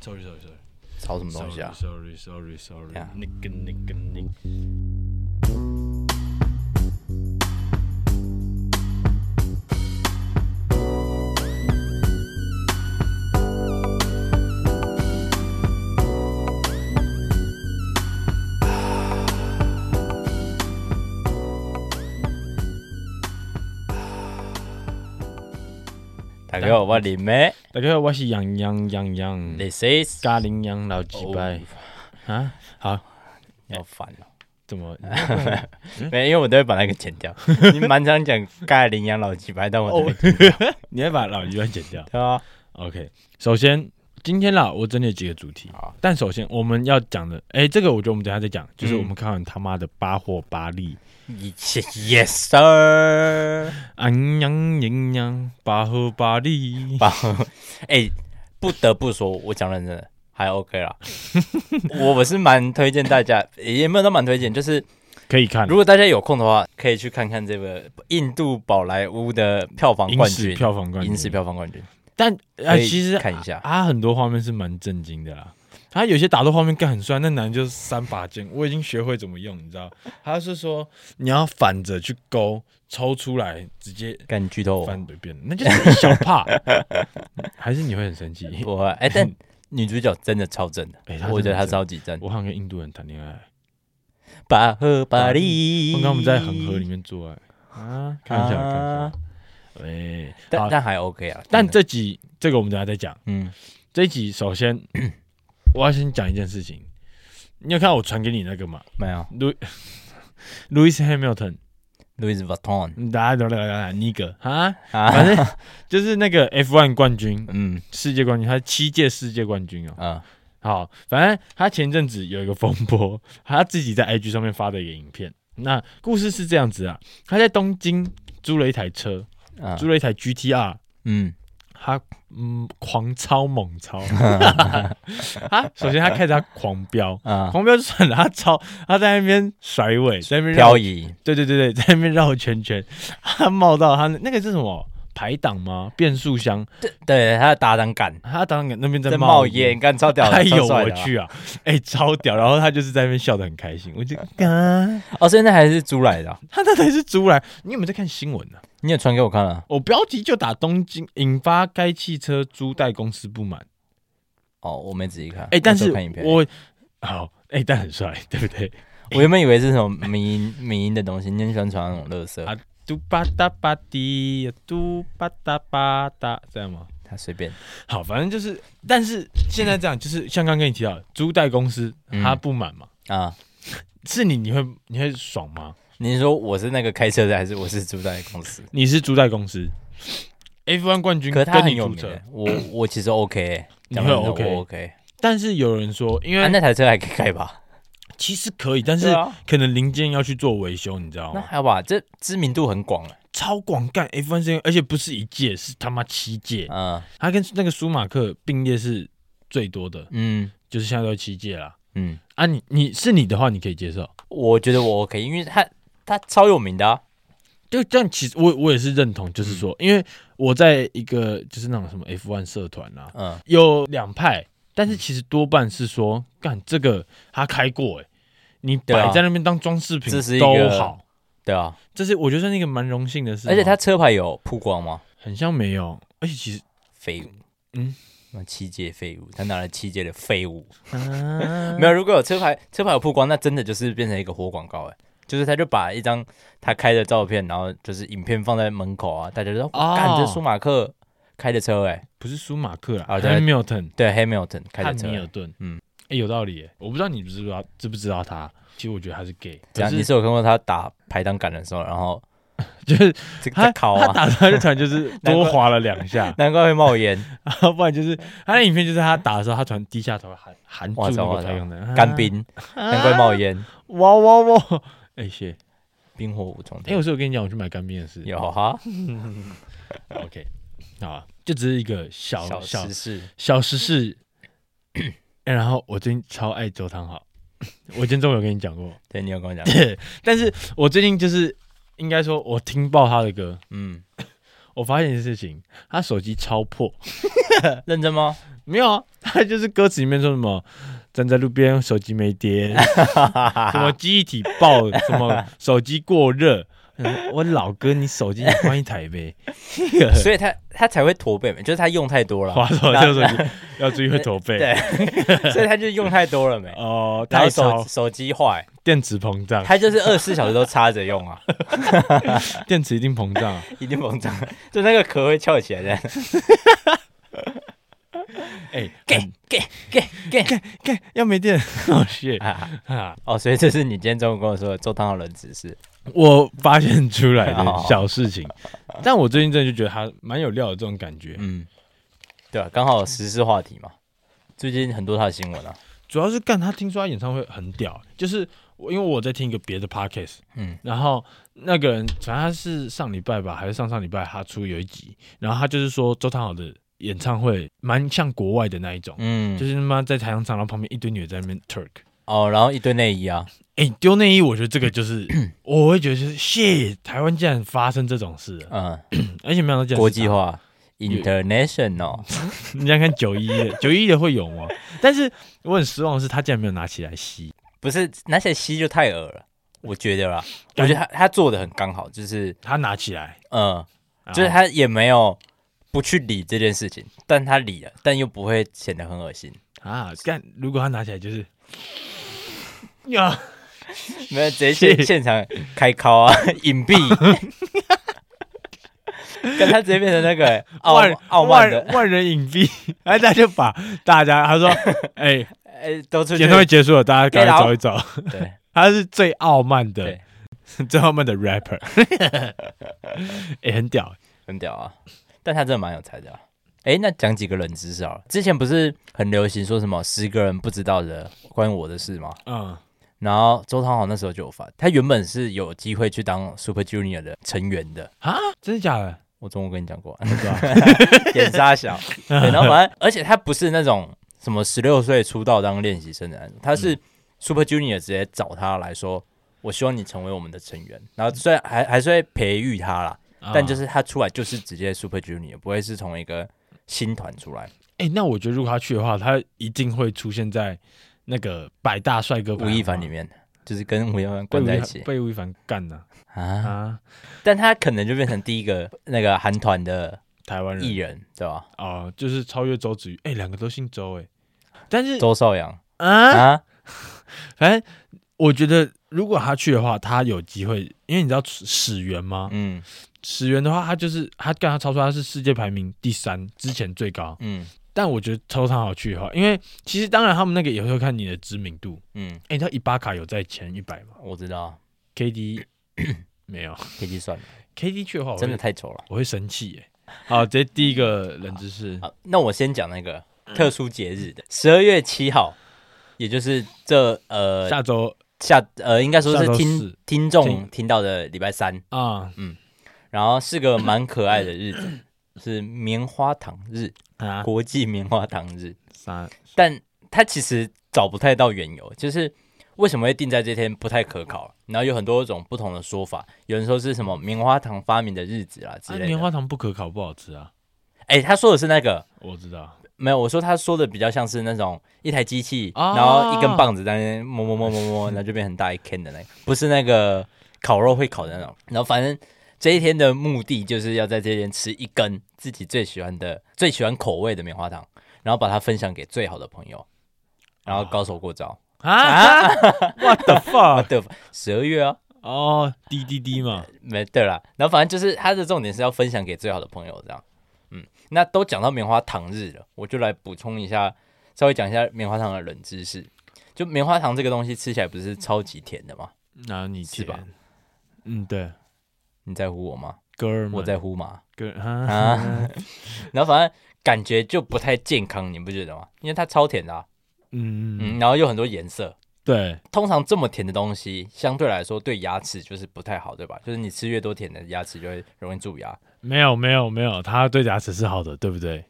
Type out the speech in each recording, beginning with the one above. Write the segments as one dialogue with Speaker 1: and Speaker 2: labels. Speaker 1: sorry sorry sorry，
Speaker 2: 吵什么东西啊？
Speaker 1: ？Sorry sorry sorry，
Speaker 2: Yeah
Speaker 1: 那个那个那个。
Speaker 2: 大家好，我林妹
Speaker 1: 大家好，我是杨洋杨洋，
Speaker 2: ，This is
Speaker 1: 咖喱羊老鸡
Speaker 2: 拜
Speaker 1: 掰啊！好，
Speaker 2: 好烦哦。
Speaker 1: 怎 么？
Speaker 2: 没，因为我都会把那个剪 掉。你蛮常讲盖羚羊老几白，但我都
Speaker 1: 哦
Speaker 2: 没
Speaker 1: 你还把老鸡掰剪掉
Speaker 2: 对啊。
Speaker 1: ？OK，首先今天啦，我整理了几个主题
Speaker 2: 好，
Speaker 1: 但首先我们要讲的，哎，这个我觉得我们等一下再讲，就是
Speaker 2: 嗯
Speaker 1: 我们看完他妈的巴霍巴利，
Speaker 2: 以前 Yes sir，
Speaker 1: 昂扬扬扬，巴霍巴利，
Speaker 2: 吧？ 哎，不得不说，我讲认真的还 OK 啦。我我是蛮推荐大家，也没有到蛮推荐，就是
Speaker 1: 可以看
Speaker 2: 如。果大家有空的话，可以去看看这个印度宝莱坞的票房
Speaker 1: 影
Speaker 2: 冠
Speaker 1: 史
Speaker 2: 军，
Speaker 1: 票房冠军，
Speaker 2: 影史票房冠军。
Speaker 1: 但啊、
Speaker 2: 可以
Speaker 1: 其实
Speaker 2: 看一下
Speaker 1: 他很多画面是蛮震惊的啦。他有些打斗画面干很帅，那男的就是三把剑，我已经学会怎么用，你知道？他是说你要反着去勾，抽出来直接
Speaker 2: 干剧透我，
Speaker 1: 翻随便，那就是一小帕。 还是你会很生气？
Speaker 2: 不会。哎，但女主角真的超正的
Speaker 1: 哎她真，的
Speaker 2: 我觉得她
Speaker 1: 很正
Speaker 2: 超级正。
Speaker 1: 我好像跟印度人谈恋爱，
Speaker 2: 巴赫巴利，
Speaker 1: 刚刚我们在恒河里面做爱啊，看一下，看一
Speaker 2: 啊
Speaker 1: 下，喂、
Speaker 2: 但
Speaker 1: 好
Speaker 2: 但还 OK 啊。
Speaker 1: 但
Speaker 2: 真的
Speaker 1: 这集这个我们等一下再讲。
Speaker 2: 嗯，
Speaker 1: 这一集首先我要先讲一件事情，你有看到我传给你那个吗？
Speaker 2: 没有
Speaker 1: 路 Louis Hamilton，嗯
Speaker 2: Louis Vuitton
Speaker 1: 大家聊聊聊尼格啊，
Speaker 2: 啊，
Speaker 1: 反正就是那个 F1 冠军，
Speaker 2: 嗯
Speaker 1: 世界冠军，他七届世界冠军哦。
Speaker 2: 啊，
Speaker 1: 好，反正他前阵子有一个风波，他自己在 IG 上面发的一个影片。那故事是这样子啊，他在东京租了一台车，
Speaker 2: 啊
Speaker 1: 租了一台 GTR，
Speaker 2: 嗯
Speaker 1: 他嗯狂超猛超，他首先他开始他狂飙，
Speaker 2: 啊，
Speaker 1: 狂飙就算了，他超他在那边甩尾，在那边绕
Speaker 2: 漂移
Speaker 1: 对对对对， 在那边绕圈圈，他冒到他那那个是什么排档吗？变速箱，
Speaker 2: 对对，他的搭档感
Speaker 1: 他当然那边在
Speaker 2: 在冒
Speaker 1: 烟，
Speaker 2: 烟，干超屌的，
Speaker 1: 哎呦
Speaker 2: 超帅
Speaker 1: 我
Speaker 2: 的啊！
Speaker 1: 去啊，哎、超屌！然后他就是在那边笑得很开心，我就
Speaker 2: 嗯
Speaker 1: 啊，
Speaker 2: 哦，所以那还是租来的啊，
Speaker 1: 他那才是猪来，你有没有在看新闻呢、啊？
Speaker 2: 你也传给我看了。
Speaker 1: 我标题就打东京引发该汽车租贷公司不满，
Speaker 2: 哦，我没仔细看。
Speaker 1: 哎、但
Speaker 2: 我
Speaker 1: 是
Speaker 2: 只有看影片
Speaker 1: 我哎好，哎、但很帅，对不对？
Speaker 2: 我原本以为是什么迷音迷音的东西，你很喜欢传那种乐色
Speaker 1: 啊，嘟吧嗒吧滴，嘟吧嗒吧嗒，这样吗？
Speaker 2: 他随便。
Speaker 1: 好，反正就是，但是现在这样，就是像刚刚跟你提到的，租贷公司
Speaker 2: 嗯
Speaker 1: 他不满嘛，
Speaker 2: 啊，
Speaker 1: 是你你会你会爽吗？
Speaker 2: 你是说我是那个开车的，还是我是租在公司？
Speaker 1: 你是租贷公司，F1 冠军
Speaker 2: 可是
Speaker 1: 跟
Speaker 2: 他很
Speaker 1: 你
Speaker 2: 有
Speaker 1: 注
Speaker 2: 名
Speaker 1: 册
Speaker 2: 欸，，我我其实 OK，欸
Speaker 1: 你
Speaker 2: 讲
Speaker 1: 会
Speaker 2: 真的
Speaker 1: OK
Speaker 2: 我 OK。
Speaker 1: 但是有人说，因
Speaker 2: 啊，
Speaker 1: 为
Speaker 2: 那台车还可以开吧？
Speaker 1: 其实可以，但是
Speaker 2: 对啊，
Speaker 1: 可能零件要去做维修，你知道
Speaker 2: 那
Speaker 1: 吗？
Speaker 2: 还好吧，这知名度很广欸
Speaker 1: 超广干 F1 是，而且不是一届，是他妈七届，
Speaker 2: 嗯
Speaker 1: 他跟那个舒马克并列是最多的，
Speaker 2: 嗯
Speaker 1: 就是现在都七届啦。
Speaker 2: 嗯，
Speaker 1: 啊你，你是你的话，你可以接受。
Speaker 2: 我觉得我 OK，因为他他超有名的啊。
Speaker 1: 就但其实我我也是认同，就是
Speaker 2: 嗯
Speaker 1: 说，因为我在一个就是那种什么 F1 社团啊，
Speaker 2: 嗯，
Speaker 1: 有两派，但是其实多半是说，干这个他开过哎、你
Speaker 2: 对啊
Speaker 1: 摆在那边当装饰品
Speaker 2: 这是一
Speaker 1: 都
Speaker 2: 个
Speaker 1: 好，
Speaker 2: 对啊，
Speaker 1: 这是我觉得算是一个蛮荣幸的事。哦
Speaker 2: 而且他车牌有曝光吗？
Speaker 1: 很像没有，而且 其实
Speaker 2: 废物，
Speaker 1: 嗯
Speaker 2: 嗯，那七届废物，他拿了七届的废物。
Speaker 1: 啊
Speaker 2: 没有，如果有车牌车牌有曝光，那真的就是变成一个活广告哎、就是他就把一张他开的照片，然后就是影片放在门口啊，大家就说
Speaker 1: 哦
Speaker 2: 哇干、这舒马克开的车哎、
Speaker 1: 不是舒马克啦
Speaker 2: 啊对
Speaker 1: ，Hamilton
Speaker 2: 对，Hamilton 开的
Speaker 1: 汉
Speaker 2: 车、
Speaker 1: 密尔
Speaker 2: 欸。
Speaker 1: 顿，嗯
Speaker 2: 嗯，
Speaker 1: 哎、有道理、欸，我不知道你知不知道知不知道他，其实我觉得他是 gay，可
Speaker 2: 这样你
Speaker 1: 是
Speaker 2: 是有看过他打排档杆的时候，然后
Speaker 1: 就是
Speaker 2: 这个
Speaker 1: 他
Speaker 2: 在烤
Speaker 1: 他
Speaker 2: 啊，
Speaker 1: 打出来就突然 就是多滑了两下，
Speaker 2: 难怪会冒烟，
Speaker 1: 要不然就是他的影片，就是他打的时候，他突然低下头含含住
Speaker 2: 哇塞
Speaker 1: 那个
Speaker 2: 哇塞
Speaker 1: 太阳能
Speaker 2: 干，冰，
Speaker 1: 啊
Speaker 2: 难怪冒烟，
Speaker 1: 哇哇哇！ 哎谢，
Speaker 2: 冰火五重
Speaker 1: 哎，
Speaker 2: 天。
Speaker 1: 我是有跟你讲我去买干冰的事。
Speaker 2: 有哈，
Speaker 1: OK，好啊，就只是一个小
Speaker 2: 小
Speaker 1: 小
Speaker 2: 时事，
Speaker 1: 小时事。 哎然后我最近超爱周汤豪， 我今天中午有跟你讲过，
Speaker 2: 对你有 跟我讲，
Speaker 1: 但是我最近就是应该说，我听爆他的歌，
Speaker 2: 嗯，
Speaker 1: 我发现一件事情，他手机超破，
Speaker 2: 认真吗？
Speaker 1: 没有啊，他就是歌词里面说什么站在路边手机没电， 什么记忆体爆，什么手机过热。嗯我老哥，你手机换一台 呗，
Speaker 2: 所以他他才会驼背嘛，就是他用太多了，
Speaker 1: 滑手这个手机要注意会驼背
Speaker 2: 对，所以他就用太多了没，
Speaker 1: 哦，
Speaker 2: 然
Speaker 1: 太
Speaker 2: 后手
Speaker 1: 潮，
Speaker 2: 手机坏，
Speaker 1: 电池膨胀，
Speaker 2: 他就是二十四小时都插着用啊，
Speaker 1: 电池一定膨 胀啊。
Speaker 2: 一定膨胀，就那个壳会翘起来的。
Speaker 1: 哎，
Speaker 2: 给给给给
Speaker 1: 看要没电，哦谢
Speaker 2: 啊！
Speaker 1: 啊！
Speaker 2: 哦，所以这是你今天中午跟我说的周汤的冷知识。
Speaker 1: 我发现出来的
Speaker 2: 哦
Speaker 1: 小事情，但我最近真的就觉得他蛮有料的这种感觉，
Speaker 2: 嗯，对啊，刚好时事话题嘛，最近很多他的新闻啊。
Speaker 1: 主要是干他听说他演唱会很屌，就是我因为我在听一个别的 podcast，
Speaker 2: 嗯
Speaker 1: 然后那个人反正他是上礼拜吧，还是上上礼拜他出有一集，然后他就是说周汤豪的演唱会蛮像国外的那一种，
Speaker 2: 嗯，
Speaker 1: 就是他妈在台上唱，然后旁边一堆女的在那边 twerk。
Speaker 2: 哦，然后一堆内衣啊，
Speaker 1: 哎、丢内衣，我觉得这个就是， 我会觉得就是，谢台湾竟然发生这种事了，
Speaker 2: 嗯，
Speaker 1: 而且没想到竟然是啊
Speaker 2: 国际
Speaker 1: 他
Speaker 2: 化，international，
Speaker 1: 你想看九一的， 九一的会有吗？但是我很失望的是，他竟然没有拿起来吸。
Speaker 2: 不是拿起来吸就太恶了，我觉得啦，我
Speaker 1: 感
Speaker 2: 觉得他他做的很刚好，就是
Speaker 1: 他拿起来，
Speaker 2: 嗯，
Speaker 1: 然后
Speaker 2: 就是他也没有不去理这件事情，但他理了，但又不会显得很恶心。
Speaker 1: 啊，干！如果他拿起来 就是，呀，
Speaker 2: 没有直接现
Speaker 1: 是
Speaker 2: 现场开铐啊，隐蔽。 跟他直接变成那个欸傲
Speaker 1: 万
Speaker 2: 傲慢的，
Speaker 1: 万万人隐蔽，哎，他就把大家，他说， 哎，
Speaker 2: 哎，都出去
Speaker 1: 演唱会结束了，大家赶快走一走。
Speaker 2: 对，
Speaker 1: 他是最傲慢的
Speaker 2: 对，
Speaker 1: 最傲慢的 rapper，哎，很屌，
Speaker 2: 很屌啊！但他真的蛮有才的、啊。哎、那讲几个冷知识好了。之前不是很流行说什么十个人不知道的关于我的事吗？
Speaker 1: 嗯，
Speaker 2: 然后周汤豪那时候就有发，他原本是有机会去当 Super Junior 的成员的。
Speaker 1: 啊，真的假的？
Speaker 2: 我中午跟你讲过，啊 眼沙小。对，然后反正而且他不是那种什么十六岁出道当练习生的那种，他是 Super Junior 直接找他来说，我希望你成为我们的成员。然后虽然还还是会培育他啦，
Speaker 1: 啊
Speaker 2: 但就是他出来就是直接 Super Junior，不会是从一个新团出来。
Speaker 1: 哎、那我觉得如果他去的话，他一定会出现在那个百大帅哥排
Speaker 2: 吴
Speaker 1: 行
Speaker 2: 亦凡
Speaker 1: 榜
Speaker 2: 里面就是跟吴亦凡
Speaker 1: 被
Speaker 2: 关
Speaker 1: 吴
Speaker 2: 在
Speaker 1: 亦
Speaker 2: 一
Speaker 1: 凡
Speaker 2: 起
Speaker 1: 被吴亦凡干了啊
Speaker 2: 啊， 但他可能就变成第一个那个韩团的
Speaker 1: 台湾
Speaker 2: 艺
Speaker 1: 人
Speaker 2: 人，对吧？
Speaker 1: 哦、就是超越周子瑜，哎、两个都姓周哎、但是
Speaker 2: 周少阳
Speaker 1: 啊，
Speaker 2: 啊，
Speaker 1: 反正我觉得如果他去的话，他有机会，因为你知道始源吗？
Speaker 2: 嗯
Speaker 1: 始源的话，他就是他干他超出他是世界排名第三，之前最高，
Speaker 2: 嗯
Speaker 1: 但我觉得超常好去的话，因为其实当然他们那个也会看你的知名度，
Speaker 2: 嗯，
Speaker 1: 哎、你知道伊巴卡有在前一百吗
Speaker 2: 我知道
Speaker 1: ？KD 没有。
Speaker 2: K D 算了，
Speaker 1: K D 去的话，我
Speaker 2: 真的
Speaker 1: 会
Speaker 2: 太丑了。
Speaker 1: 我会生气耶。好，这第一个冷知识，
Speaker 2: 好，那我先讲那个
Speaker 1: 嗯
Speaker 2: 特殊节日的，十二月七号，也就是这呃
Speaker 1: 下周
Speaker 2: 下呃，应该说
Speaker 1: 下
Speaker 2: 是
Speaker 1: 周
Speaker 2: 听
Speaker 1: 四
Speaker 2: 听众
Speaker 1: 听
Speaker 2: 听到的礼拜三，
Speaker 1: 啊
Speaker 2: 然后是个蛮可爱的 日子，是棉花糖日，
Speaker 1: 啊
Speaker 2: 国际棉花糖日。
Speaker 1: 啥
Speaker 2: 但它其实找不太到缘由，就是为什么会定在这天不太可考。然后有很多种不同的说法，有人说是什么棉花糖发明的日子啦之
Speaker 1: 啊
Speaker 2: 类的。
Speaker 1: 棉花糖不可烤，不好吃啊。
Speaker 2: 哎，他说的是那个。
Speaker 1: 我知道，
Speaker 2: 没有，我说他说的比较像是那种一台机器，
Speaker 1: 哦
Speaker 2: 然后一根棒子在那边摸摸摸摸摸，然后就变很大一坑的那个，不是那个烤肉会烤的那种。然后反正这一天的目的就是要在这边吃一根自己最喜欢的、最喜欢口味的棉花糖，然后把它分享给最好的朋友，然后高手过招。
Speaker 1: 啊 ，What the fuck？
Speaker 2: 对，十二月啊，
Speaker 1: 哦，滴滴滴嘛，
Speaker 2: 没对啦，然后反正就是它的重点是要分享给最好的朋友这样。嗯，那都讲到棉花糖日了，我就来补充一下，稍微讲一下棉花糖的冷知识。就棉花糖这个东西吃起来不是超级甜的吗？
Speaker 1: 那你
Speaker 2: 是吧
Speaker 1: 甜？嗯，对，
Speaker 2: 你在乎我吗？
Speaker 1: 哥儿们，
Speaker 2: 我在乎吗？
Speaker 1: 哥啊
Speaker 2: 啊， 然后反正感觉就不太健康，你不觉得吗？因为它超甜的、啊，
Speaker 1: 嗯，
Speaker 2: 嗯，然后有很多颜色。
Speaker 1: 对，
Speaker 2: 通常这么甜的东西，相对来说对牙齿就是不太好，对吧？就是你吃越多甜的，牙齿就会容易蛀牙。
Speaker 1: 没有没有没有，它对牙齿是好的，对不对？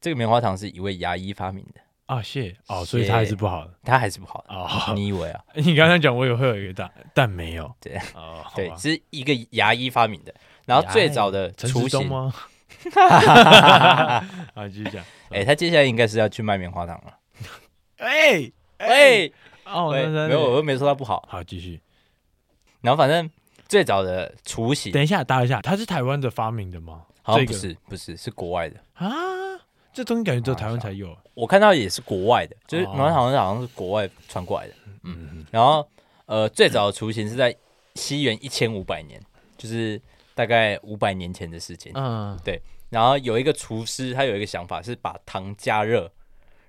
Speaker 2: 这个棉花糖是一位牙医发明的，
Speaker 1: 啊，谢哦，所以它还是
Speaker 2: 谢嗯
Speaker 1: 不好的
Speaker 2: 它还是不好的。
Speaker 1: 哦。
Speaker 2: 你以为啊？
Speaker 1: 你刚才讲我也会有一个大，但没有，
Speaker 2: 对
Speaker 1: 哦，好
Speaker 2: 对，
Speaker 1: 吧
Speaker 2: 是一个牙医发明的。然后最早的
Speaker 1: 陈时
Speaker 2: 雏
Speaker 1: 中
Speaker 2: 形，
Speaker 1: 吗？啊，继续讲。
Speaker 2: 哎、他接下来应该是要去卖棉花糖了。
Speaker 1: 哎
Speaker 2: 喂、
Speaker 1: 哦，
Speaker 2: 喂，
Speaker 1: 那
Speaker 2: 没有，我又没说他不好。
Speaker 1: 好，继续。
Speaker 2: 然后反正最早的雏形，
Speaker 1: 等一下，打一下，它是台湾的发明的吗？
Speaker 2: 好像
Speaker 1: 这
Speaker 2: 不
Speaker 1: 个
Speaker 2: 是不是是国外的，
Speaker 1: 啊，这东西感觉只有台湾才有。
Speaker 2: 我看到也是国外的，就是
Speaker 1: 哦
Speaker 2: 棉花糖好像是国外传过来的。
Speaker 1: 嗯，
Speaker 2: 然后呃，最早的雏形是在西元一千五百年，就是大概五百年前的事情。
Speaker 1: 嗯，
Speaker 2: 然后有一个厨师，他有一个想法是把糖加热，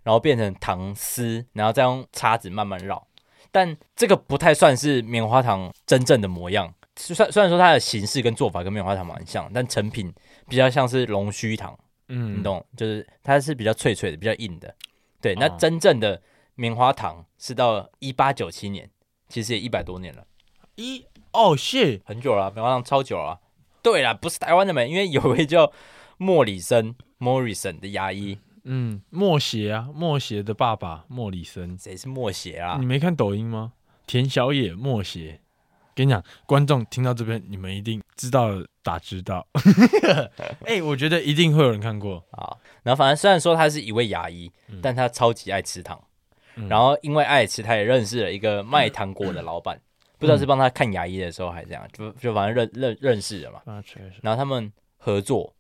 Speaker 2: 然后变成糖丝，然后再用叉子慢慢绕。但这个不太算是棉花糖真正的模样，虽虽然说它的形式跟做法跟棉花糖蛮像，但成品比较像是龙须糖，
Speaker 1: 嗯，
Speaker 2: 你懂？就是它是比较脆脆的，比较硬的。对，那
Speaker 1: 哦
Speaker 2: 真正的棉花糖是到一八九七年，其实也一百多年了，
Speaker 1: 一哦是
Speaker 2: 很久了、棉花糖超久了啊、对啦，不是台湾的没，因为有位叫莫里森 （Morrison） 的牙医，
Speaker 1: 嗯，默写啊，默写的爸爸莫里森，
Speaker 2: 谁是默写啊
Speaker 1: 你？没看抖音吗？田小野默写，跟你讲，观众听到这边，你们一定知道打知 道。哎、我觉得一定会有人看过。
Speaker 2: 啊，然后反正虽然说他是一位牙医，但他超级爱吃糖。
Speaker 1: 嗯
Speaker 2: 然后因为爱吃，他也认识了一个卖糖果的老板，
Speaker 1: 嗯
Speaker 2: 不知道是帮他看牙医的时候还是这样，就就反正认认认识了嘛。
Speaker 1: 啊，确实
Speaker 2: 然后他们合作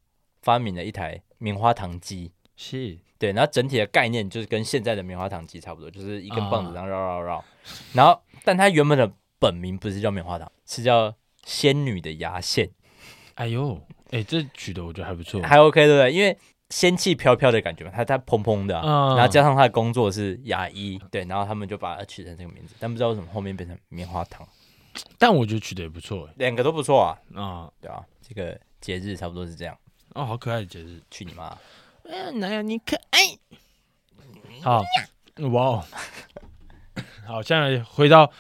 Speaker 2: 发明了一台棉花糖机，
Speaker 1: 是，
Speaker 2: 对，然后整体的概念就是跟现在的棉花糖机差不多，就是一根棒子这样绕绕绕。然后，但它原本的本名不是叫棉花糖，是叫仙女的牙线，
Speaker 1: 哎呦，哎、这取的我觉得还不错。
Speaker 2: 还 OK 对不对？因为仙气飘飘的感觉嘛，它它蓬蓬的啊、
Speaker 1: 嗯
Speaker 2: 然后加上他的工作是牙医，对，然后他们就把它取成这个名字，但不知道为什么后面变成棉花糖，
Speaker 1: 但我觉得取的也不错、
Speaker 2: 两个都不错啊，
Speaker 1: 哎啊，
Speaker 2: 对啊，这个节日差不多是这样，
Speaker 1: 哦，好可爱的节日。
Speaker 2: 去你妈啊！
Speaker 1: 哎，哪有你可爱？好，哇哦， 好，现在回到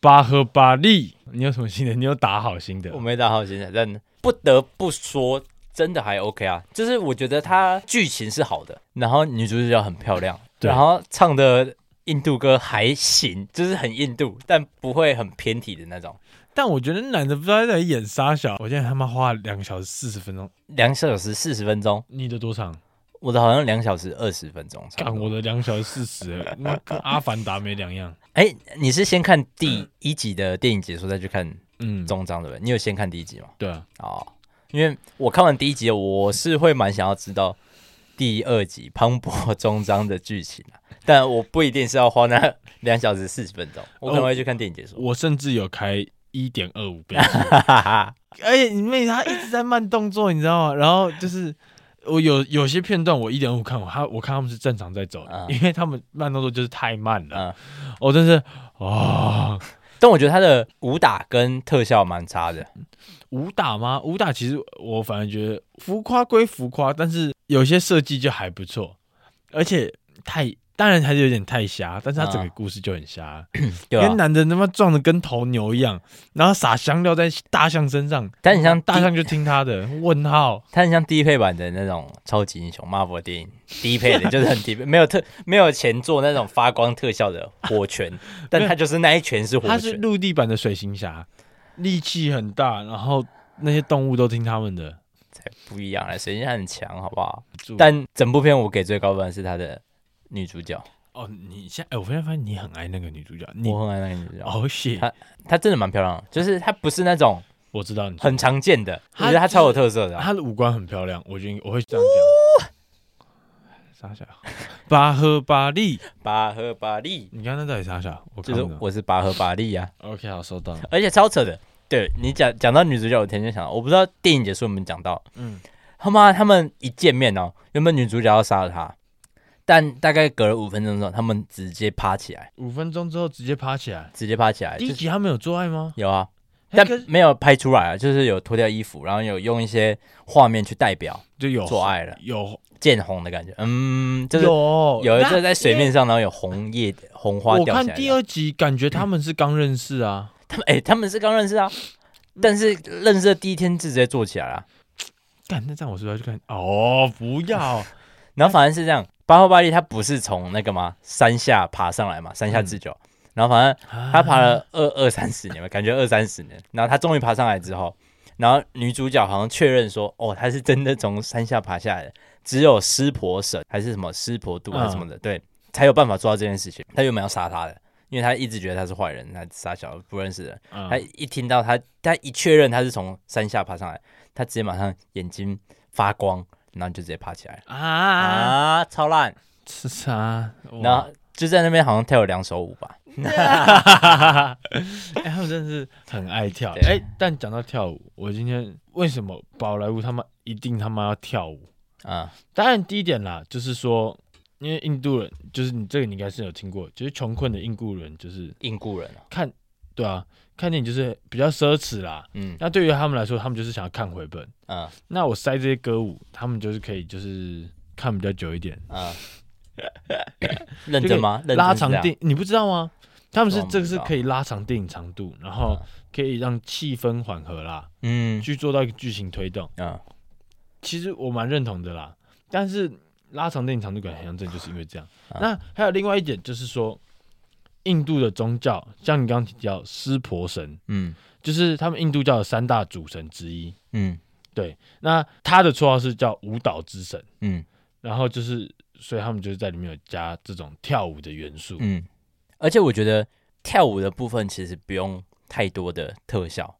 Speaker 1: 巴赫巴利，你有什么新的？你有打好新的
Speaker 2: 我？没打好现在，但不得不说，真的还 OK 啊。就是我觉得它剧情是好的，然后女主角很漂亮，
Speaker 1: 对
Speaker 2: 然后唱的印度歌还行，就是很印度，但不会很偏题的那种。
Speaker 1: 但我觉得男的不知道在演沙小，我现在他妈花了两个小时四十分钟，
Speaker 2: 两小时四十分钟，
Speaker 1: 你的多长？
Speaker 2: 我的好像两小时二十分钟差
Speaker 1: 干
Speaker 2: 不多。
Speaker 1: 我的两小时四 十，那跟阿凡达没两样。
Speaker 2: 哎，你是先看第一集的电影解说再去看
Speaker 1: 嗯，
Speaker 2: 终章的吧？你有先看第一集吗？
Speaker 1: 对啊，
Speaker 2: 哦，因为我看完第一集，我是会蛮想要知道第二集磅礴终章的剧情啊， 但我不一定是要花那两小时四十分钟，我可能会去看电影解说。
Speaker 1: 我甚至有开一点二五倍。
Speaker 2: 哈哈哈，
Speaker 1: 而且你妹她一直在慢动作，你知道吗？然后就是我有有些片段我一点五看我他我看他们是正常在走的，
Speaker 2: 啊
Speaker 1: 因为他们慢动作就是太慢了。
Speaker 2: 嗯，
Speaker 1: 我真是啊，
Speaker 2: 但我觉得他的武打跟特效蛮差的，
Speaker 1: 武打吗？武打其实我反而觉得浮夸归浮夸，但是有些设计就还不错，而且太。当然还是有点太瞎，但是他整个
Speaker 2: 啊
Speaker 1: 故事就很瞎，
Speaker 2: 对吧、
Speaker 1: 跟男的他妈撞的跟头牛一样，然后撒香料在大象身上，
Speaker 2: 但你像
Speaker 1: 大
Speaker 2: 第
Speaker 1: 象就听他的。问号，
Speaker 2: 它很像低配版的那种超级英雄 Marvel 电影，低配的就是很低配，没有特没有钱做那种发光特效的火拳，但它就是那一拳是火
Speaker 1: 它是
Speaker 2: 拳，
Speaker 1: 陆地版的水行侠，力气很大，然后那些动物都听他们的。
Speaker 2: 才不一样了，啊谁家很强，好不好？但整部片我给最高分的是她的女主角，
Speaker 1: 哦，你现在哎，我现在发现你很爱那个女主角，你
Speaker 2: 我很爱那个女主角，
Speaker 1: 哦谢，
Speaker 2: 她她真的蛮漂亮的，就是她不是那种
Speaker 1: 我知道你
Speaker 2: 很常见的，
Speaker 1: 她
Speaker 2: 我觉得她超有特色的啊、
Speaker 1: 她的五官很漂亮，我觉得我会这样讲。傻小，巴赫巴利，
Speaker 2: 巴赫巴利，
Speaker 1: 你刚刚那到底傻小？我
Speaker 2: 就
Speaker 1: 看
Speaker 2: 是
Speaker 1: 不懂。
Speaker 2: 我是巴赫巴利啊，
Speaker 1: OK，好，收到了。
Speaker 2: 而且超扯的。对你讲讲到女主角，我天天想到，我不知道电影结束有没有讲到，
Speaker 1: 嗯，
Speaker 2: 他妈他们一见面哦，原本女主角要杀了他，但大概隔了五分钟之后，他们直接趴起来，
Speaker 1: 五分钟之后直接趴起来。
Speaker 2: 直接趴起来，
Speaker 1: 第
Speaker 2: 就
Speaker 1: 一
Speaker 2: 是
Speaker 1: 集他们有做爱吗？
Speaker 2: 有啊，
Speaker 1: 嘿
Speaker 2: 哎但
Speaker 1: 可是
Speaker 2: 没有拍出来啊，就是有脱掉衣服，然后有用一些画面去代表
Speaker 1: 就有
Speaker 2: 做爱了，
Speaker 1: 有
Speaker 2: 见红的感觉，嗯，就是
Speaker 1: 有
Speaker 2: 有一
Speaker 1: 那
Speaker 2: 次在水面上，然后有红叶红花
Speaker 1: 我
Speaker 2: 掉下
Speaker 1: 看
Speaker 2: 来
Speaker 1: 第
Speaker 2: 的。
Speaker 1: 二集，感觉他们是刚认识啊。
Speaker 2: 他们哎、他们是刚认识啊，
Speaker 1: 嗯
Speaker 2: 但是认识的第一天就直接做起来了、
Speaker 1: 干，那这样我是不是要去看？哦，不 要，嗯
Speaker 2: 然后反正是这样，巴赫巴利他不是从那个吗山下爬上来嘛，山
Speaker 1: 嗯
Speaker 2: 下智久，
Speaker 1: 啊
Speaker 2: 然后反正他爬了二二三十年吧，感觉二三十年，然后他终于爬上来之后，然后女主角好像确认说，哦，她是真的从山下爬下来的，只有湿婆神还是什么湿婆渡还是
Speaker 1: 嗯
Speaker 2: 什么的，对，才有办法做到这件事情。她原本要杀他的，因为她一直觉得他是坏人，她杀小不认识的人。
Speaker 1: 嗯
Speaker 2: 她一听到他，她一确认他是从山下爬上来，她直接马上眼睛发光，然后就直接爬起来了
Speaker 1: 啊，
Speaker 2: 啊，超烂！
Speaker 1: 是啊啥？
Speaker 2: 然后就在那边好像跳了两首舞吧，
Speaker 1: 哎、他们真的是很爱跳。
Speaker 2: 对
Speaker 1: 哎、但讲到跳舞，我今天为什么宝莱坞他们一定他妈要跳舞？
Speaker 2: 啊、
Speaker 1: 当然第一点啦，就是说，因为印度人，就是你这个你应该是有听过，就是穷困的印度人，就是
Speaker 2: 印度人啊，
Speaker 1: 看，对啊，看电影就是比较奢侈啦。
Speaker 2: 嗯
Speaker 1: 那对于他们来说，他们就是想要看回本。
Speaker 2: 嗯
Speaker 1: 那我塞这些歌舞，他们就是可以就是看比较久一点，
Speaker 2: 嗯，认真吗？认真
Speaker 1: 拉
Speaker 2: 是这
Speaker 1: 长
Speaker 2: 样
Speaker 1: 电，你不知道吗？他们是
Speaker 2: 哦我不
Speaker 1: 这个是
Speaker 2: 知道
Speaker 1: 可以拉长电影长度，然后可以让气氛缓和啦，
Speaker 2: 嗯
Speaker 1: 去做到一个剧情推动。
Speaker 2: 嗯，
Speaker 1: 其实我蛮认同的啦，但是拉长电影长度感很像正，就是因为这样。
Speaker 2: 啊
Speaker 1: 那还有另外一点就是说，印度的宗教，像你刚刚提到湿婆神，
Speaker 2: 嗯
Speaker 1: 就是他们印度教的三大主神之一。
Speaker 2: 嗯
Speaker 1: 那他的绰号是叫舞蹈之神，
Speaker 2: 嗯
Speaker 1: 然后就是所以他们就是在里面有加这种跳舞的元素。
Speaker 2: 嗯，而且我觉得跳舞的部分其实不用太多的特效，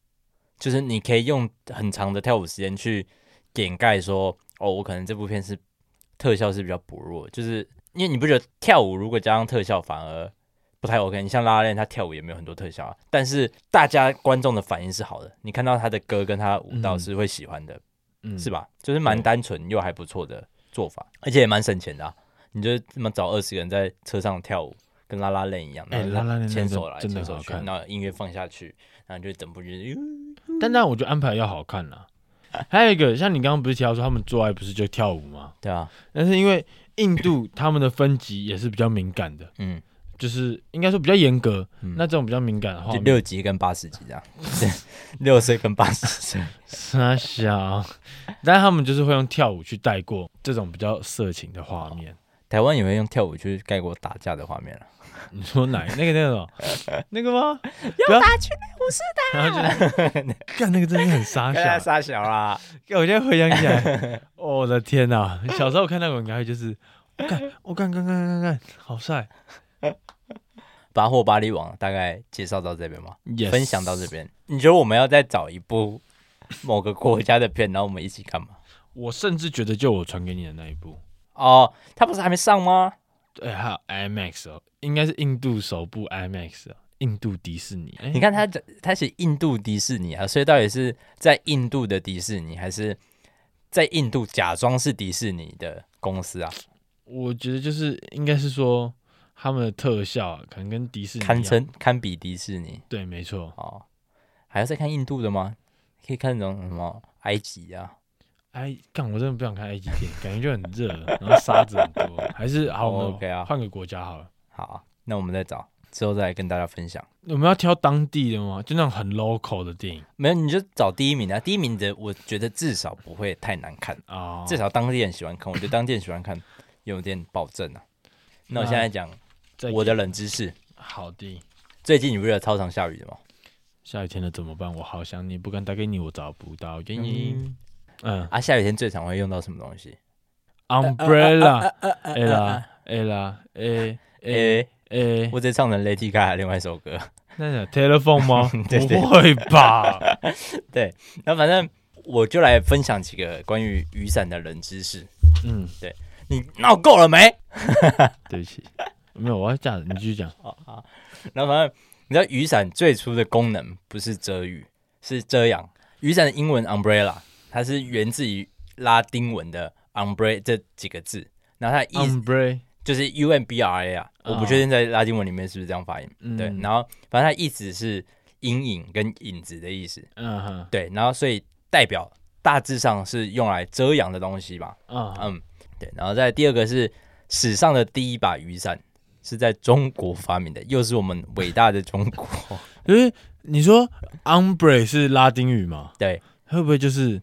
Speaker 2: 就是你可以用很长的跳舞时间去掩盖说，哦，我可能这部片是特效是比较薄弱的，就是因为你不觉得跳舞如果加上特效反而不太 OK？你像拉拉链，他跳舞也没有很多特效啊，但是大家观众的反应是好的，你看到他的歌跟他的舞蹈
Speaker 1: 嗯
Speaker 2: 是会喜欢的，
Speaker 1: 嗯
Speaker 2: 是？吧？就是蛮
Speaker 1: 对
Speaker 2: 单纯又还不错的做法，而且也蛮省钱的、啊。你就这么找二十个人在车上跳舞，跟拉拉链一样，
Speaker 1: 哎
Speaker 2: 然后
Speaker 1: 拉拉链
Speaker 2: 牵
Speaker 1: 那个
Speaker 2: 手来
Speaker 1: 真的
Speaker 2: 牵手
Speaker 1: 好
Speaker 2: 去，
Speaker 1: 看啊
Speaker 2: 然后音乐放下去，然后就整部就是，
Speaker 1: 但那我觉得安排要好看啦。还有一个，像你刚刚不是提到说他们做爱不是就跳舞吗？
Speaker 2: 对啊，
Speaker 1: 但是因为印度他们的分级也是比较敏感的，
Speaker 2: 嗯，
Speaker 1: 就是应该说比较严格。
Speaker 2: 嗯
Speaker 1: 那这种比较敏感的话
Speaker 2: 就，六级跟八十级这样， 六岁跟八十岁，
Speaker 1: 傻小，但他们就是会用跳舞去带过这种比较色情的画面。
Speaker 2: 台湾也会用跳舞去盖过打架的画面啊了、
Speaker 1: 你说哪个那个那种那个吗？要打去我是的。然后 就干那个真的很哎傻
Speaker 2: 啊，
Speaker 1: 小。
Speaker 2: 傻小啦，
Speaker 1: 干我现在回想起来， 哦我的天哪、小时候看那个应该就是，我干 我干干干干干，好帅。
Speaker 2: 巴霍巴利王大概介绍到这边吗
Speaker 1: Yes
Speaker 2: 分享到这边，你觉得我们要再找一部某个国家的片，然后我们一起看吗？
Speaker 1: 我甚至觉得就我传给你的那一部，
Speaker 2: 哦，他不是还没上吗？
Speaker 1: 对，还有 IMAX 哦，应该是印度首部 IMAX 哦，印度迪士尼。哎
Speaker 2: 你看他这他写印度迪士尼啊，所以到底是在印度的迪士尼，还是在印度假装是迪士尼的公司啊？
Speaker 1: 我觉得就是应该是说他们的特效啊可能跟迪士尼一样
Speaker 2: 堪称堪比迪士尼
Speaker 1: 对，没错。
Speaker 2: 哦。还要再看印度的吗？可以看那种什么埃及啊？
Speaker 1: 哎，干，我真的不想看埃及电影，感觉就很热，然后沙子很多，还 是好，我们
Speaker 2: OK 啊
Speaker 1: 换个国家好了。
Speaker 2: 好，那我们再找之后再来跟大家分享。
Speaker 1: 我们要挑当地的吗？就那种很 local 的电影
Speaker 2: 没有，你就找第一名啊！第一名的，我觉得至少不会太难看，
Speaker 1: 啊，
Speaker 2: 至少当地人喜欢看。我觉得当地人喜欢看，有点保证啊。那我现在讲
Speaker 1: 再
Speaker 2: 我
Speaker 1: 给
Speaker 2: 的冷知识，
Speaker 1: 好的。
Speaker 2: 最近你不是有超常下雨的吗？
Speaker 1: 下雨天了怎么办？我好想你，不敢打给你，我找不到原因。嗯
Speaker 2: 啊，下雨天最常会用到什么东西？呃
Speaker 1: ，umbrella，哎啦，哎啦，哎哎
Speaker 2: 诶、
Speaker 1: 哎，
Speaker 2: 我直接唱成 Lady Gaga 的另外一首歌。
Speaker 1: 那叫 telephone 吗？
Speaker 2: 对对
Speaker 1: 不会吧？
Speaker 2: 对，那反正我就来分享几个关于雨伞的冷知识。
Speaker 1: 嗯，
Speaker 2: 你闹够了没？
Speaker 1: 对不起，没有，我要讲，你继续讲。
Speaker 2: 那反正你知道雨伞最初的功能不是遮雨，是遮阳。雨伞的英文 umbrella，它是源自于拉丁文的 umbre 这几个字，然后它的意思
Speaker 1: umbrella，
Speaker 2: 就是 U N B R A 啊，我不确定在拉丁文里面是不是这样发音。
Speaker 1: 嗯
Speaker 2: 对，然后反正它意思是阴影跟影子的意思。
Speaker 1: 嗯哼，
Speaker 2: 对，然后所以代表大致上是用来遮阳的东西吧。
Speaker 1: 嗯哼
Speaker 2: 嗯，对。然后再第二个是史上的第一把雨伞是在中国发明的，又是我们伟大的中 国。
Speaker 1: 就是你说 umbre 是拉丁语吗？
Speaker 2: 对，呃
Speaker 1: 会不会就是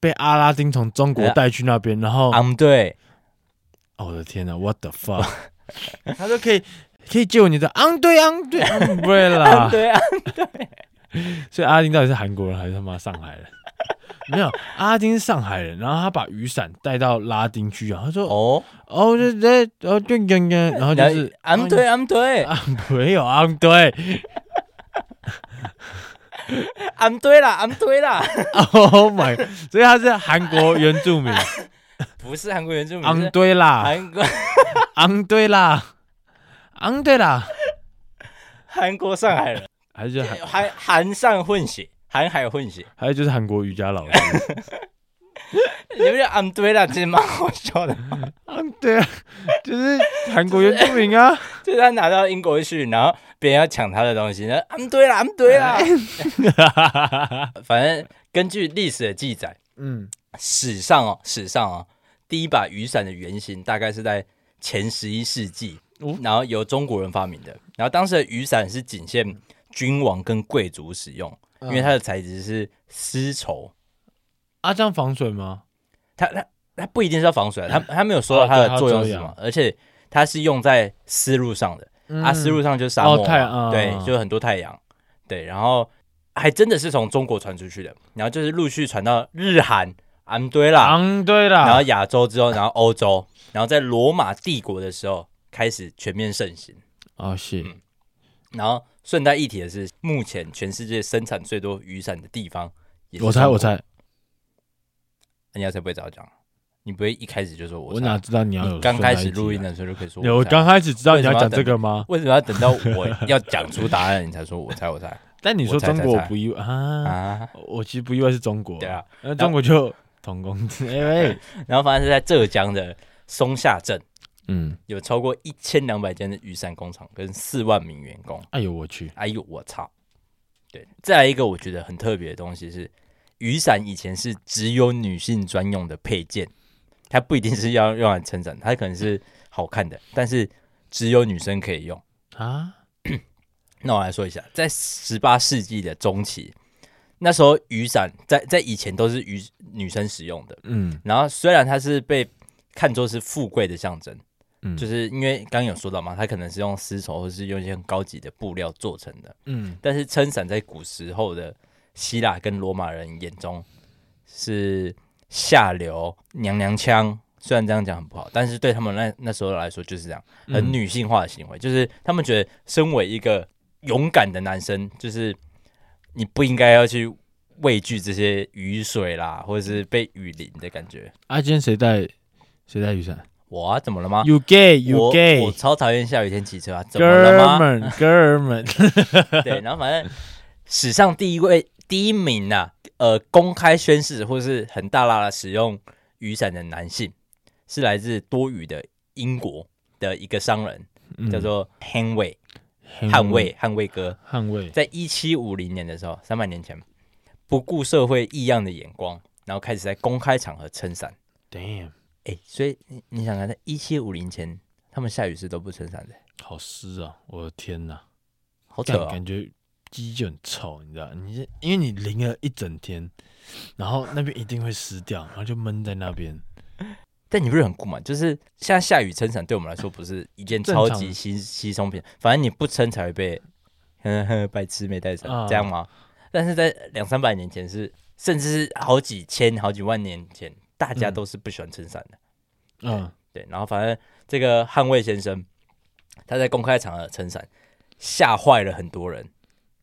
Speaker 1: 被阿拉丁从中国带去那边，然后、
Speaker 2: 嗯，对，
Speaker 1: 哦我的天呐 w h a t the fuck？他说可以可以借我你的
Speaker 2: 啊
Speaker 1: u n d 对 u n 对 umbrella，
Speaker 2: 对啊，
Speaker 1: 所以阿丁到底是韩国人还是他妈上海人？ 没有，阿丁是上海人，然后他把雨伞带到拉丁去啊，他说哦
Speaker 2: 哦，
Speaker 1: 哦这这哦这这这，然后就
Speaker 2: 然后
Speaker 1: 是
Speaker 2: 俺对俺 对
Speaker 1: 啊没有啊对
Speaker 2: 俺对啦俺对啦，
Speaker 1: ，Oh my，所以他是韩国原住 民，
Speaker 2: 不是韩国原住民，
Speaker 1: 昂
Speaker 2: 是
Speaker 1: 对啊啦，
Speaker 2: 韩国
Speaker 1: 昂对啦，昂对啦，
Speaker 2: 韩国上海人，
Speaker 1: 还是韩
Speaker 2: 韩韩上混血， 韩海混血，
Speaker 1: 还有就是韩国瑜伽老师，
Speaker 2: 你不觉得俺对啦，其实蛮好笑的。
Speaker 1: 昂对啊，就是韩国原住民 啊。
Speaker 2: 就是他拿到英国去，然后别人要抢他的东西，那俺对啦俺对啦， 反正根据历史的记载。
Speaker 1: 嗯，
Speaker 2: 史上哦，史上哦，第一把雨伞的原型大概是在前十一世纪，
Speaker 1: 哦
Speaker 2: 然后由中国人发明的。然后当时的雨伞是仅限君王跟贵族使用，
Speaker 1: 嗯
Speaker 2: 因为它的材质是丝绸，
Speaker 1: 啊，这样防水吗？
Speaker 2: 它它它不一定是要防水啊，它它没有说到它
Speaker 1: 哦对它的
Speaker 2: 的作用是
Speaker 1: 作
Speaker 2: 什
Speaker 1: 用
Speaker 2: 么，而且它是用在丝路上的，啊，丝路上就是沙
Speaker 1: 哦
Speaker 2: 漠嘛，
Speaker 1: 太阳
Speaker 2: 对
Speaker 1: 嗯，
Speaker 2: 就有很多太阳，对，然后还真的是从中国传出去的，然后就是陆续传到日韩，安啊堆啦，
Speaker 1: 昂对啦，
Speaker 2: 然后亚洲之后，然后欧洲，然后在罗马帝国的时候开始全面盛行。
Speaker 1: 哦是，
Speaker 2: 然后顺带一提的是，目前全世界生产最多雨伞的地方也是
Speaker 1: 我猜
Speaker 2: 中国
Speaker 1: 我，猜，
Speaker 2: 人家才不会早讲，你不会一开始就说我
Speaker 1: 我
Speaker 2: 猜
Speaker 1: 哪知道你要有
Speaker 2: 你刚开始
Speaker 1: 顺带一
Speaker 2: 录
Speaker 1: 提
Speaker 2: 音
Speaker 1: 啊
Speaker 2: 的时候就可以说
Speaker 1: 有，我
Speaker 2: 猜
Speaker 1: 刚开始知道你要讲这个吗？
Speaker 2: 为什么要等到我要讲出答案你才说我猜我猜
Speaker 1: 但你说
Speaker 2: 我猜
Speaker 1: 中国
Speaker 2: 猜
Speaker 1: 我
Speaker 2: 猜
Speaker 1: 不意外啊，
Speaker 2: 啊？
Speaker 1: 我其实不意外是中国，
Speaker 2: 对啊，
Speaker 1: 那中国就同工资， 哎喂，
Speaker 2: 然后反正是在浙江的松下镇。
Speaker 1: 嗯，
Speaker 2: 有超过一千两百间的雨伞工厂跟四万名员工，
Speaker 1: 哎呦我去，
Speaker 2: 哎呦，我操！对，再来一个我觉得很特别的东西是，雨伞以前是只有女性专用的配件，它不一定是要用来撑伞，它可能是好看的，但是只有女生可以用。
Speaker 1: 啊，
Speaker 2: 那我来说一下，在十八世纪的中期，那时候雨伞在在以前都是女女生使用的，
Speaker 1: 嗯
Speaker 2: 然后虽然它是被看作是富贵的象征，
Speaker 1: 嗯
Speaker 2: 就是因为刚刚有说到嘛，它可能是用丝绸或是用一些很高级的布料做成的，
Speaker 1: 嗯，
Speaker 2: 但是撑伞在古时候的希腊跟罗马人眼中是下流、娘娘腔。虽然这样讲很不好，但是对他们那那时候来说就是这样，很
Speaker 1: 嗯
Speaker 2: 女性化的行为，就是他们觉得身为一个勇敢的男生，就是你不应该要去畏惧这些雨水啦，或者是被雨淋的感觉。
Speaker 1: 啊，今天谁带谁带雨伞
Speaker 2: 我啊，怎么了吗？
Speaker 1: ？You gay, you
Speaker 2: 我
Speaker 1: gay，
Speaker 2: 我超讨厌下雨天骑车啊，怎么了
Speaker 1: 哥
Speaker 2: 吗？
Speaker 1: 们哥们，
Speaker 2: 对，然后反正史上第一位第一名呐、呃，公开宣誓或是很大大的使用雨伞的男性，是来自多雨的英国的一个商人，
Speaker 1: 嗯
Speaker 2: 叫做 Henry
Speaker 1: 捍
Speaker 2: 捍卫捍卫哥，
Speaker 1: 捍卫，
Speaker 2: 在一七五零年的时候，三百年前，不顾社会异样的眼光，然后开始在公开场合撑伞。
Speaker 1: damn，
Speaker 2: 哎，所以你你想想，在一七五零前，他们下雨是都不撑伞的，
Speaker 1: 好湿啊，我的天哪！
Speaker 2: 好扯
Speaker 1: 感
Speaker 2: 哦！
Speaker 1: 感觉鸡就很臭，你知道？你是因为你淋了一整天，然后那边一定会湿掉，然后就闷在那边。
Speaker 2: 但你不是很酷嘛？就是现在下雨撑伞对我们来说不是一件
Speaker 1: 正
Speaker 2: 超
Speaker 1: 常
Speaker 2: 级稀稀松平，反正你不撑才会被呵呵白痴没带伞、
Speaker 1: 啊
Speaker 2: 这样吗？但是在两三百年前是，甚至是好几千、好几万年前，大家
Speaker 1: 嗯
Speaker 2: 都是不喜欢撑伞的。
Speaker 1: 嗯，
Speaker 2: 对，然后反正这个捍卫先生他在公开场合撑伞，吓坏了很多人，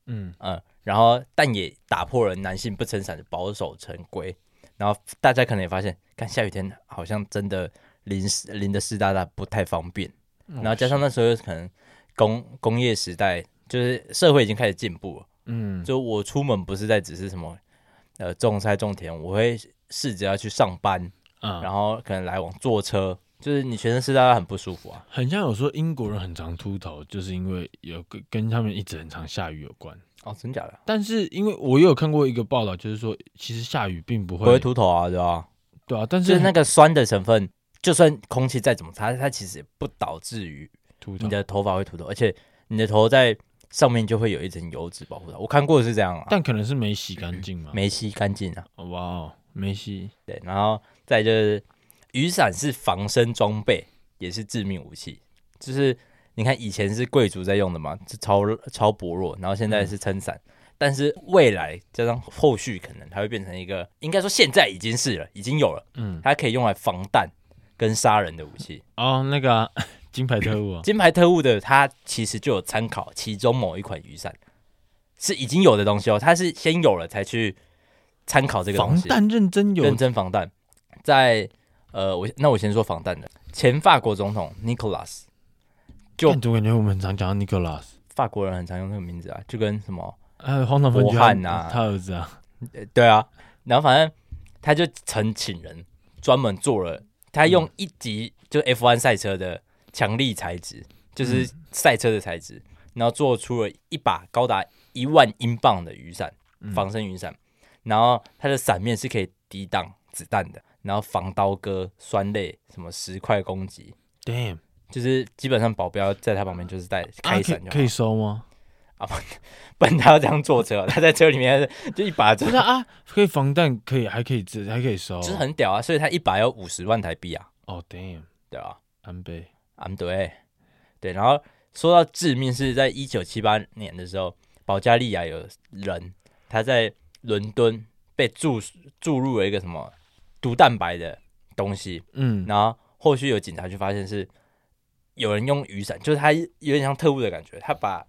Speaker 1: 嗯，
Speaker 2: 嗯，然后但也打破了男性不撑伞的保守成规，然后大家可能也发现，看下雨天好像真的淋湿淋的湿哒哒不太方便，然后加上那时候可能工工业时代，就是社会已经开始进步了，
Speaker 1: 嗯，
Speaker 2: 就我出门不是在只是什么呃种菜种田，我会试着要去上班，
Speaker 1: 啊，
Speaker 2: 然后可能来往坐车，就是你全身湿哒哒很不舒服啊。
Speaker 1: 很像有说英国人很常秃头，就是因为有跟跟他们一直很常下雨有关。
Speaker 2: 哦，真假的？
Speaker 1: 但是因为我也有看过一个报道，就是说其实下雨并不
Speaker 2: 不
Speaker 1: 会，
Speaker 2: 会秃头啊，对吧？
Speaker 1: 对啊，但
Speaker 2: 就是是那个酸的成分，就算空气再怎么差，它其实也不导致于
Speaker 1: 秃头
Speaker 2: 你，的头发会秃头，而且你的头在上面就会有一层油脂保护它。我看过的是这样啊，
Speaker 1: 但可能是没洗干净嘛。
Speaker 2: 没吸干净啊。
Speaker 1: 哇哦，没洗，
Speaker 2: 对，然后再就是雨伞是防身装备，也是致命武器。
Speaker 1: 嗯
Speaker 2: 就是你看以前是贵族在用的嘛，是超超薄弱，然后现在是撑伞，但是未来加上后续，可能它会变成一个，应该说现在已经是了，已经有了，
Speaker 1: 嗯，
Speaker 2: 它可以用来防弹跟杀人的武器。
Speaker 1: 哦，那个啊、 金牌特务啊，
Speaker 2: 金牌特务的它其实就有参考其中某一款雨伞，是已经有的东西哦，它是先有了才去参考这个东
Speaker 1: 防
Speaker 2: 西。
Speaker 1: 弹认真有
Speaker 2: 认真防弹，在呃，我那我先说防弹的，前法国总统 Nicolas，就
Speaker 1: 干就感觉我们很常讲到尼古拉斯，
Speaker 2: 法国人很常用这个名字啊，就跟什么
Speaker 1: 还有荒唐分局
Speaker 2: 博汉啊
Speaker 1: 他儿子啊，
Speaker 2: 呃对啊，然后反正他就曾请人专门做了，他
Speaker 1: 嗯
Speaker 2: 用一级就 F1 赛车的强力材质，就是
Speaker 1: 嗯
Speaker 2: 赛车的材质，然后做出了一把高达一万英镑的雨伞，
Speaker 1: 嗯
Speaker 2: 防身雨伞，然后它的伞面是可以抵挡子弹的，然后防刀割、酸类、什么石块攻击，
Speaker 1: ，damn，
Speaker 2: 就是基本上保镖在他旁边就是带
Speaker 1: 啊
Speaker 2: 开
Speaker 1: 可以
Speaker 2: 伞就好，
Speaker 1: 可 以收 吗？
Speaker 2: 不然他要这样坐车，他在车里面就一把
Speaker 1: 不
Speaker 2: 就是
Speaker 1: 啊，可以防弹，可以还可以这还可以收，
Speaker 2: 是很屌啊，所以他一把要五十万台币啊，
Speaker 1: 哦，damn，
Speaker 2: 对吧、啊？
Speaker 1: 安倍，
Speaker 2: 安对，对，然后说到致命是在一九七八年的时候，保加利亚有人他在伦敦被注注入了一个什么毒蛋白的东西，
Speaker 1: 嗯，
Speaker 2: 然后后续有警察就发现是有人用雨伞，就是他有点像特务的感觉，他把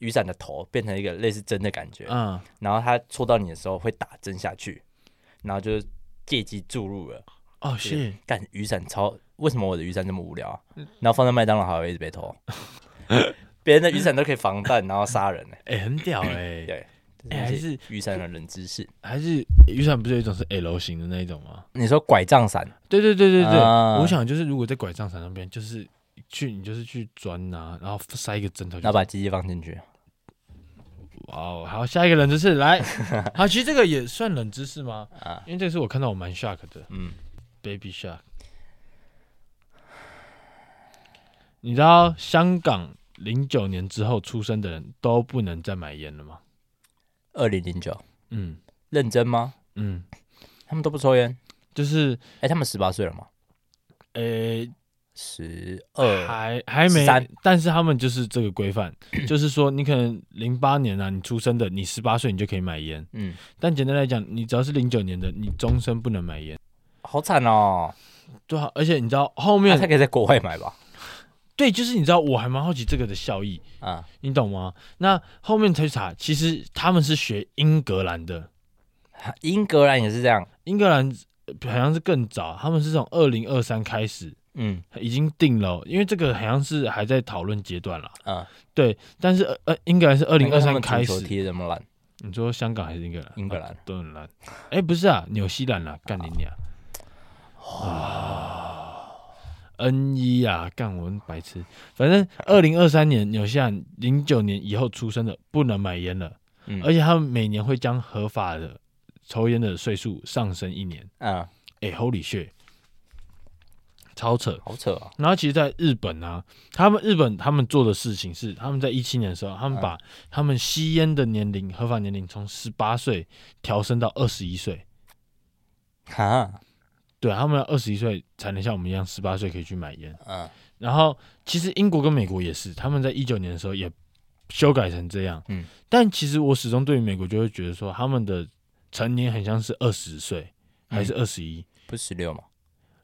Speaker 2: 雨伞的头变成一个类似针的感觉，
Speaker 1: 嗯，
Speaker 2: 然后他戳到你的时候会打针下去，然后就是借机注入了。
Speaker 1: 哦，是嗯
Speaker 2: 是，干雨伞超，为什么我的雨伞这么无聊啊？然后放在麦当劳还会一直被偷， 别人的雨伞都可以防弹，然后杀人欸呢、
Speaker 1: 哎，很屌哎，
Speaker 2: 对，
Speaker 1: 哎还是
Speaker 2: 雨伞的冷知识。
Speaker 1: 还是雨伞不是有一种是 L 型的那一种吗？
Speaker 2: 你说拐杖伞，
Speaker 1: 对对对对对，
Speaker 2: 啊
Speaker 1: 我想就是如果在拐杖伞那边，就是去你就是去钻啊，然后塞一个针头就
Speaker 2: 然后把鸡鸡放进去，
Speaker 1: 哇哦，好，下一个冷知识来。好，其实这个也算冷知识吗？
Speaker 2: 啊
Speaker 1: 因为这个是我看到我蛮 shock 的
Speaker 2: 嗯，
Speaker 1: ，Baby Shark。你知道香港零九年之后出生的人都不能再买烟了吗？
Speaker 2: 二零零九，
Speaker 1: 嗯
Speaker 2: 认真吗？
Speaker 1: 嗯，
Speaker 2: 他们都不抽烟，
Speaker 1: 就是
Speaker 2: 哎、他们十八岁了吗？
Speaker 1: 呃、
Speaker 2: 十二，
Speaker 1: 还还没
Speaker 2: 13，
Speaker 1: 但是他们就是这个规范，就是说你可能零八年啊，你出生的，你十八岁你就可以买烟，
Speaker 2: 嗯，
Speaker 1: 但简单来讲，你只要是零九年的，你终身不能买烟。
Speaker 2: 好惨 哦。
Speaker 1: 对啊，而且你知道后
Speaker 2: 那
Speaker 1: 面
Speaker 2: 他可以在国外买吧？
Speaker 1: 对，就是你知道，我还蛮好奇这个的效益，
Speaker 2: 啊，
Speaker 1: 你懂吗？那后面才去查，其实他们是学英格兰的，
Speaker 2: 英格兰也是这样，
Speaker 1: 英格兰呃好像是更早，他们是从二零二三开始
Speaker 2: 嗯
Speaker 1: 已经定了哦，因为这个好像是还在讨论阶段啦。
Speaker 2: 啊，
Speaker 1: 对，但是呃呃，英格兰是二
Speaker 2: 二
Speaker 1: 零二三开始。
Speaker 2: 踢得这么烂，
Speaker 1: 你说香港还是英格兰？
Speaker 2: 英格兰
Speaker 1: 啊都很烂。哎，不是啊，纽西兰啦，干你娘！N 一啊，干我们白痴。反正二零二三年纽西兰零九年以后出生的不能买烟了，
Speaker 2: 嗯
Speaker 1: 而且他们每年会将合法的抽烟的岁数上升一年。
Speaker 2: 嗯，
Speaker 1: 哎，Holy shit，超扯！
Speaker 2: 好扯哦，
Speaker 1: 然后其实，在日本啊，他们日本他们做的事情是，他们在一七年的时候，他
Speaker 2: 啊
Speaker 1: 们把他们吸烟的年龄合法年龄从十八岁调升到二十一岁。
Speaker 2: 哈，
Speaker 1: 对，啊他们要二十一岁才能像我们一样，十八岁可以去买烟。
Speaker 2: 嗯
Speaker 1: 然后，其实英国跟美国也是，他们在一九年的时候也修改成这样。
Speaker 2: 嗯，
Speaker 1: 但其实我始终对于美国就会觉得说，他们的成年很像是二十岁还是二十一，
Speaker 2: 不是十六吗？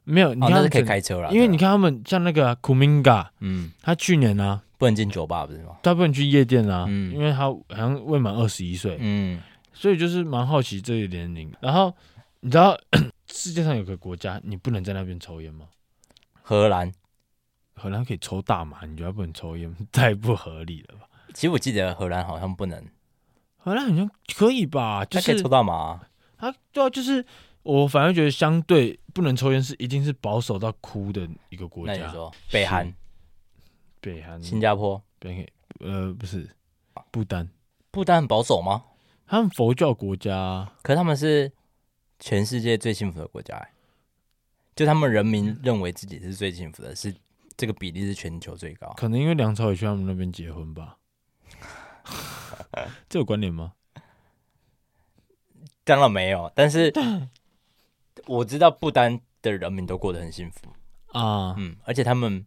Speaker 1: 没有，你
Speaker 2: 嗯哦，
Speaker 1: 看他
Speaker 2: 那
Speaker 1: 们
Speaker 2: 是可以
Speaker 1: 成
Speaker 2: 开车了，
Speaker 1: 因为你
Speaker 2: 对啊，
Speaker 1: 看他们像那个 Kuminga，
Speaker 2: 嗯，
Speaker 1: 他去年呢、啊。
Speaker 2: 不能进酒吧，不是吗？
Speaker 1: 大部分去夜店啊，
Speaker 2: 嗯
Speaker 1: 因为他好像未满二十一岁，
Speaker 2: 嗯，
Speaker 1: 所以就是蛮好奇这个年龄。然后你知道 世界上有个国家你不能在那边抽烟吗？
Speaker 2: 荷兰，
Speaker 1: 荷兰可以抽大麻，你觉得不能抽烟，太不合理了吧？
Speaker 2: 其实我记得荷兰好像不能，
Speaker 1: 荷兰好像可以吧？就
Speaker 2: 他可以
Speaker 1: 是
Speaker 2: 抽大麻啊，
Speaker 1: 他对啊，就是我反而觉得相对不能抽烟是一定是保守到哭的一个国
Speaker 2: 那你
Speaker 1: 家。嗯
Speaker 2: 说北韩、
Speaker 1: 北韩、
Speaker 2: 新加坡、
Speaker 1: 北呃不是不丹，
Speaker 2: 不丹很保守吗？
Speaker 1: 他们佛教国家啊
Speaker 2: 可是他们是全世界最幸福的国家、欸，就他们人民认为自己是最幸福的，是这个比例是全球最高。
Speaker 1: 可能因为梁朝伟去他们那边结婚 吧，这有关联吗？
Speaker 2: 当然没有，但是我知道不丹的人民都过得很幸福，
Speaker 1: 啊，
Speaker 2: 嗯，而且他们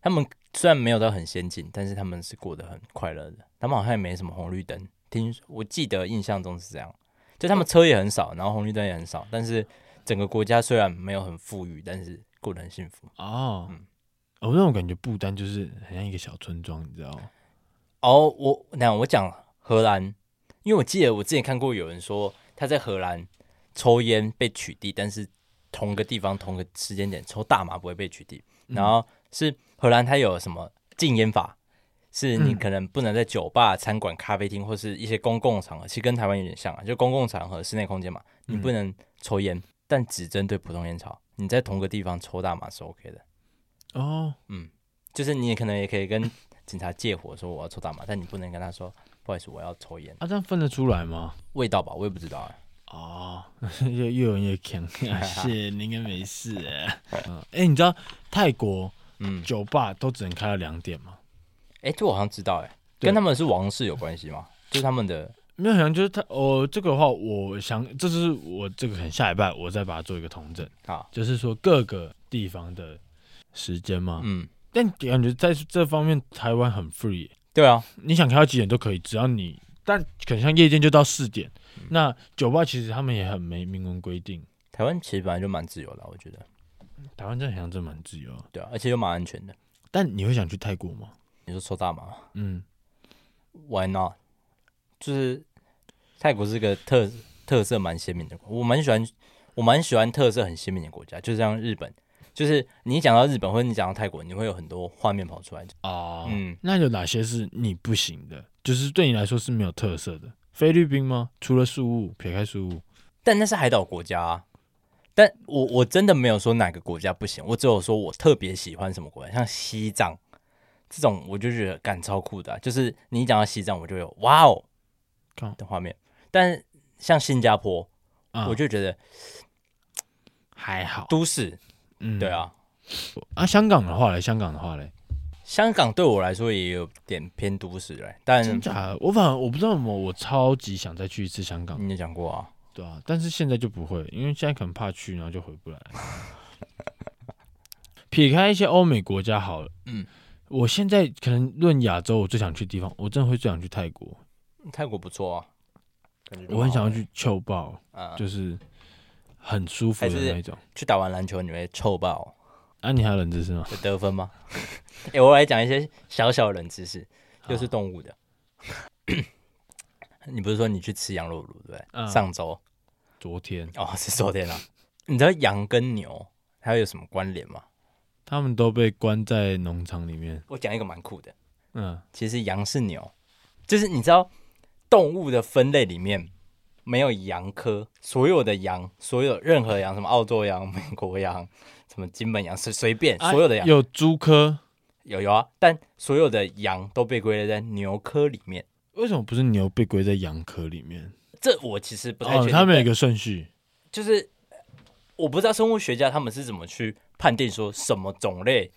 Speaker 2: 他们虽然没有到很先进，但是他们是过得很快乐的。他们好像也没什么红绿灯，听我记得印象中是这样，就他们车也很少，然后红绿灯也很少，但是整个国家虽然没有很富裕，但是过得很幸福。
Speaker 1: 哦
Speaker 2: 嗯，
Speaker 1: 哦，那种感觉不丹就是很像一个小村庄，你知道吗？
Speaker 2: 哦，我那我讲荷兰，因为我记得我之前看过有人说他在荷兰抽烟被取缔，但是同个地方同个时间点抽大麻不会被取缔。嗯然后是荷兰，它有什么禁烟法？是你可能不能在酒吧、餐馆、咖啡厅或是一些公共场合，其实跟台湾有点像啊，就公共场合、室内空间嘛，你不能抽烟，但只针对普通烟草。你在同个地方抽大麻是 OK 的，
Speaker 1: 哦，
Speaker 2: 就是你也可能也可以跟警察借火说我要抽大麻，但你不能跟他说不好意思我要抽烟，
Speaker 1: 啊，这样分得出来吗？
Speaker 2: 味道吧，我也不知道啊。
Speaker 1: 哦， 啊又又有人也 强，谢你应该没事。嗯， 哎，你知道泰国
Speaker 2: 嗯，
Speaker 1: 酒吧都只能开到两点吗？
Speaker 2: 哎、这我好像知道、诶哎，
Speaker 1: 对
Speaker 2: 跟他们是王室有关系吗？就是他们的
Speaker 1: 没有，好像就是他，哦，这个的话，我想，这是我这个很下礼拜我再把它做一个统整，
Speaker 2: 啊，
Speaker 1: 就是说各个地方的时间嘛。
Speaker 2: 嗯，
Speaker 1: 但感觉在这方面台湾很 free，耶
Speaker 2: 对啊，
Speaker 1: 你想开到几点都可以，只要你，但可能像夜店就到四点。
Speaker 2: 嗯
Speaker 1: 那酒吧其实他们也很没明文规定，
Speaker 2: 台湾其实本来就蛮自由的啊，我觉得，
Speaker 1: 台湾真的好像真的蛮自由的。
Speaker 2: 对啊，而且又蛮安全的。
Speaker 1: 但你会想去泰国吗？
Speaker 2: 你说抽大麻
Speaker 1: 嗯，
Speaker 2: ，Why not？就是泰国是个特特色蛮鲜明的国，我蛮喜欢，我蛮喜欢特色很鲜明的国家，就像日本，就是你一讲到日本或者你讲到泰国，你会有很多画面跑出来。
Speaker 1: 哦
Speaker 2: 嗯
Speaker 1: 那有哪些是你不行的？就是对你来说是没有特色的？菲律宾吗？除了宿务，撇开宿务，
Speaker 2: 但那是海岛国家、啊。但我我真的没有说哪个国家不行，我只有说我特别喜欢什么国家，像西藏这种，我就觉得干超酷的啊、就是你一讲到西藏，我就有哇哦
Speaker 1: 靠
Speaker 2: 的画面。但像新加坡，
Speaker 1: 啊
Speaker 2: 我就觉得
Speaker 1: 还好。
Speaker 2: 都市，
Speaker 1: 嗯
Speaker 2: 对。啊，
Speaker 1: 啊，香港的话嘞，香港的话嘞，
Speaker 2: 香港对我来说也有点偏都市嘞。但
Speaker 1: 真假的？我反而我不知道为什么，我超级想再去一次香港，
Speaker 2: 你也讲过啊，
Speaker 1: 对啊，但是现在就不会，因为现在可能怕去，然后就回 不来。撇开一些欧美国家好了，
Speaker 2: 嗯，
Speaker 1: 我现在可能论亚洲，我最想去的地方，我真的会最想去泰国，
Speaker 2: 哦泰国不错啊，感觉就
Speaker 1: 我很
Speaker 2: 蛮好
Speaker 1: 想要
Speaker 2: 的
Speaker 1: 去秋报，
Speaker 2: 啊，
Speaker 1: 就是很舒服
Speaker 2: 还是
Speaker 1: 的那种。
Speaker 2: 去打完篮球你会臭爆。
Speaker 1: 啊，你还有冷知识吗？
Speaker 2: 有得分吗？ 哎、我来讲一些小小的冷知识，又是动物的。 你不是说你去吃羊肉炉对不对？
Speaker 1: 嗯
Speaker 2: 上周
Speaker 1: 昨天
Speaker 2: 哦，是昨天啊。你知道羊跟牛它有什么关联吗？
Speaker 1: 他们都被关在农场里面，
Speaker 2: 我讲一个蛮酷的，
Speaker 1: 嗯，
Speaker 2: 其实羊是牛，就是你知道动物的分类里面没有羊科，所有的羊，所有任何羊，什么澳洲羊、美国羊、什么金门羊，随随便哎所有的羊、
Speaker 1: 啊有猪科，
Speaker 2: 有有啊，但所有的羊都被归类在牛科里面。
Speaker 1: 为什么不是牛被归在羊科里面？
Speaker 2: 这我其实不太确
Speaker 1: 哦，
Speaker 2: 定，
Speaker 1: 他们有一个顺序，
Speaker 2: 就是我不知道生物学家他们是怎么去判定说什么种类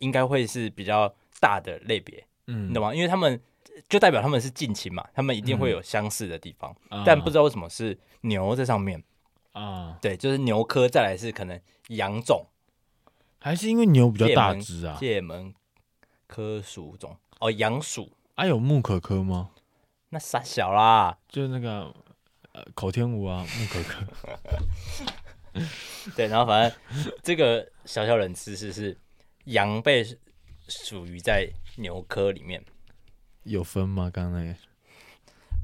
Speaker 2: 应该会是比较大的类别，
Speaker 1: 嗯
Speaker 2: 你懂吗？因为他们就代表他们是近亲嘛，他们一定会有相似的地方，
Speaker 1: 啊
Speaker 2: 但不知道为什么是牛在上面，
Speaker 1: 啊，
Speaker 2: 对，就是牛科，再来是可能羊种、
Speaker 1: 还是因为牛比较
Speaker 2: 界
Speaker 1: 大
Speaker 2: 门
Speaker 1: 只啊？
Speaker 2: 界门科属种哦，羊属
Speaker 1: 啊，有木可科吗？
Speaker 2: 那傻小啦，
Speaker 1: 就是那个呃口天吴啊，木可 科。
Speaker 2: 对，然后反正这个小小冷知识是羊被属于在牛科里面，
Speaker 1: 有分吗？刚刚那个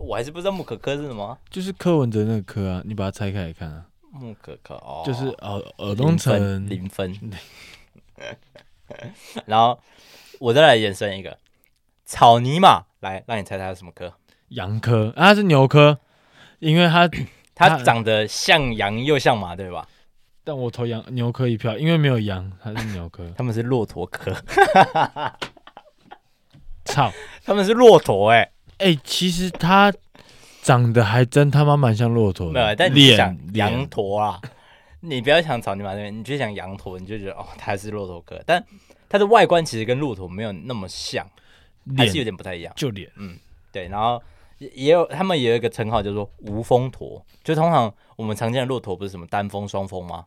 Speaker 2: 我还是不知道木可科是什么。啊
Speaker 1: 就是柯文哲那个科啊，你把它拆开来看啊，
Speaker 2: 木可可哦，
Speaker 1: 就是呃尔
Speaker 2: 零
Speaker 1: 东
Speaker 2: 分
Speaker 1: 城
Speaker 2: 零分。 然后我再来延伸一个草泥马，来让你猜它是什么科？
Speaker 1: 羊科啊，它是牛科，因为它
Speaker 2: 它
Speaker 1: 它
Speaker 2: 长得像羊又像马，对吧？
Speaker 1: 但我投羊牛科一票，因为没有羊，它是牛科。
Speaker 2: 他们是骆驼科，
Speaker 1: 操！
Speaker 2: 他们是骆驼哎、
Speaker 1: 哎、其实它长得还真他妈蛮像骆驼的，
Speaker 2: 没有，但你想
Speaker 1: 脸
Speaker 2: 羊
Speaker 1: 脸
Speaker 2: 驼啊，你不要想草泥马那边，你就想羊驼，你就觉得哦，它是骆驼科，但它的外观其实跟骆驼没有那么像，还是
Speaker 1: 脸
Speaker 2: 有点不太一样。
Speaker 1: 就脸
Speaker 2: 对，然后也也有他们也有一个称号叫做无风驼，就通常我们常见的骆驼不是什么单峰、双峰吗？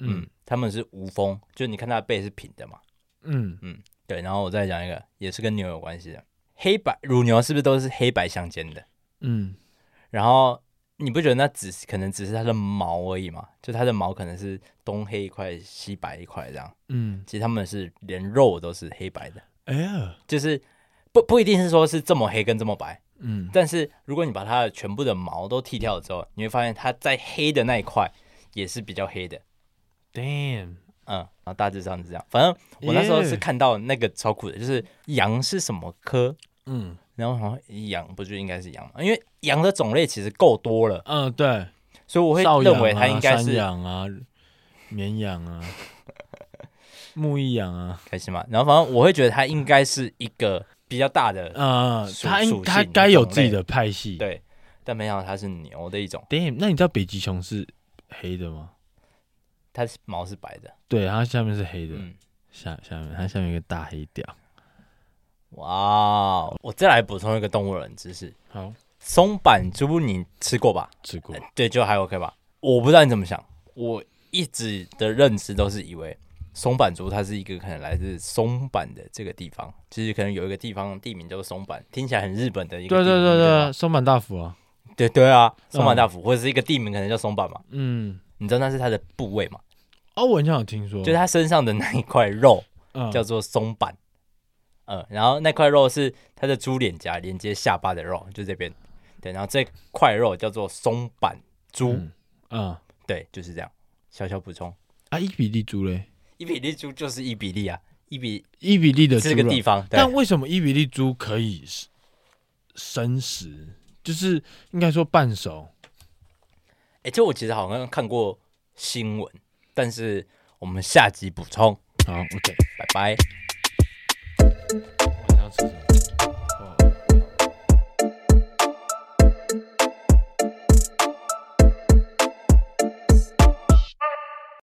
Speaker 1: 嗯
Speaker 2: 嗯，他们是无风，就你看它的背是平的嘛。
Speaker 1: 嗯，
Speaker 2: 对，然后我再讲一个，也是跟牛有关系的，黑白乳牛是不是都是黑白相间的？
Speaker 1: 嗯，
Speaker 2: 然后你不觉得那只是可能只是它的毛而已嘛？就它的毛可能是东黑一块，西白一块这样。
Speaker 1: 嗯，
Speaker 2: 其实它们是连肉都是黑白的，
Speaker 1: 哎呀，
Speaker 2: 就是不不一定是说是这么黑跟这么白，
Speaker 1: 嗯，
Speaker 2: 但是如果你把它的全部的毛都剃掉了之后，你会发现它在黑的那一块也是比较黑的。
Speaker 1: Damn，
Speaker 2: 嗯，然后大致上是这样。反正我那时候是看到那个超酷的，就是羊是什么科，
Speaker 1: 嗯
Speaker 2: 然后好像羊不就应该是羊嘛？因为羊的种类其实够多了，
Speaker 1: 嗯，对，
Speaker 2: 所以我会
Speaker 1: 少
Speaker 2: 认
Speaker 1: 羊
Speaker 2: 为它
Speaker 1: 啊
Speaker 2: 应该
Speaker 1: 山
Speaker 2: 是、
Speaker 1: 羊啊，绵羊啊， 牧羊羊啊，
Speaker 2: 开心嘛。然后反正我会觉得它应该是一个比较大的，
Speaker 1: 呃，
Speaker 2: 属
Speaker 1: 它应
Speaker 2: 属性
Speaker 1: 它该有自己的派系。
Speaker 2: 对，但没想到它是牛的一种，
Speaker 1: Damn，那你知道北极熊是黑的吗？
Speaker 2: 它是毛是白的。
Speaker 1: 对，它下面是黑的，
Speaker 2: 嗯，
Speaker 1: 下下面它下面有一个大黑屌。
Speaker 2: 哇哦，我再来补充一个动物冷知识，
Speaker 1: 好，
Speaker 2: 松板猪你吃过吧？
Speaker 1: 吃过。
Speaker 2: 对，就还 OK 吧。我不知道你怎么想，我一直的认知都是以为松板族它是一个可能来自松板的这个地方，其实可能有一个地方地名叫做松板，听起来很日本的一个
Speaker 1: 对对
Speaker 2: 地名
Speaker 1: 对
Speaker 2: 吧
Speaker 1: 对，嗯松坂大辅啊，
Speaker 2: 对对啊，松板大辅、或者是一个地名可能叫松板嘛，
Speaker 1: 嗯，
Speaker 2: 你知道那是它的部位嘛？
Speaker 1: 哦，我好像有听说，
Speaker 2: 就是它身上的那一块肉
Speaker 1: 嗯
Speaker 2: 叫做松板。嗯，然后那块肉是它的猪脸颊连接下巴的肉，就这边。对，然后这块肉叫做松板猪。
Speaker 1: 嗯嗯
Speaker 2: 对，就是这样。小小补充。
Speaker 1: 啊，伊比利猪嘞，
Speaker 2: 伊比利猪就是伊比利啊，伊比
Speaker 1: 伊比利的猪
Speaker 2: 这个
Speaker 1: 肉
Speaker 2: 地方，对
Speaker 1: 但为什么伊比利猪可以是生食？就是应该说半熟，
Speaker 2: 哎，就我其实好像看过新闻，但是我们下集补充，
Speaker 1: 好，OK。
Speaker 2: 拜拜。
Speaker 1: 晚上吃什么？哦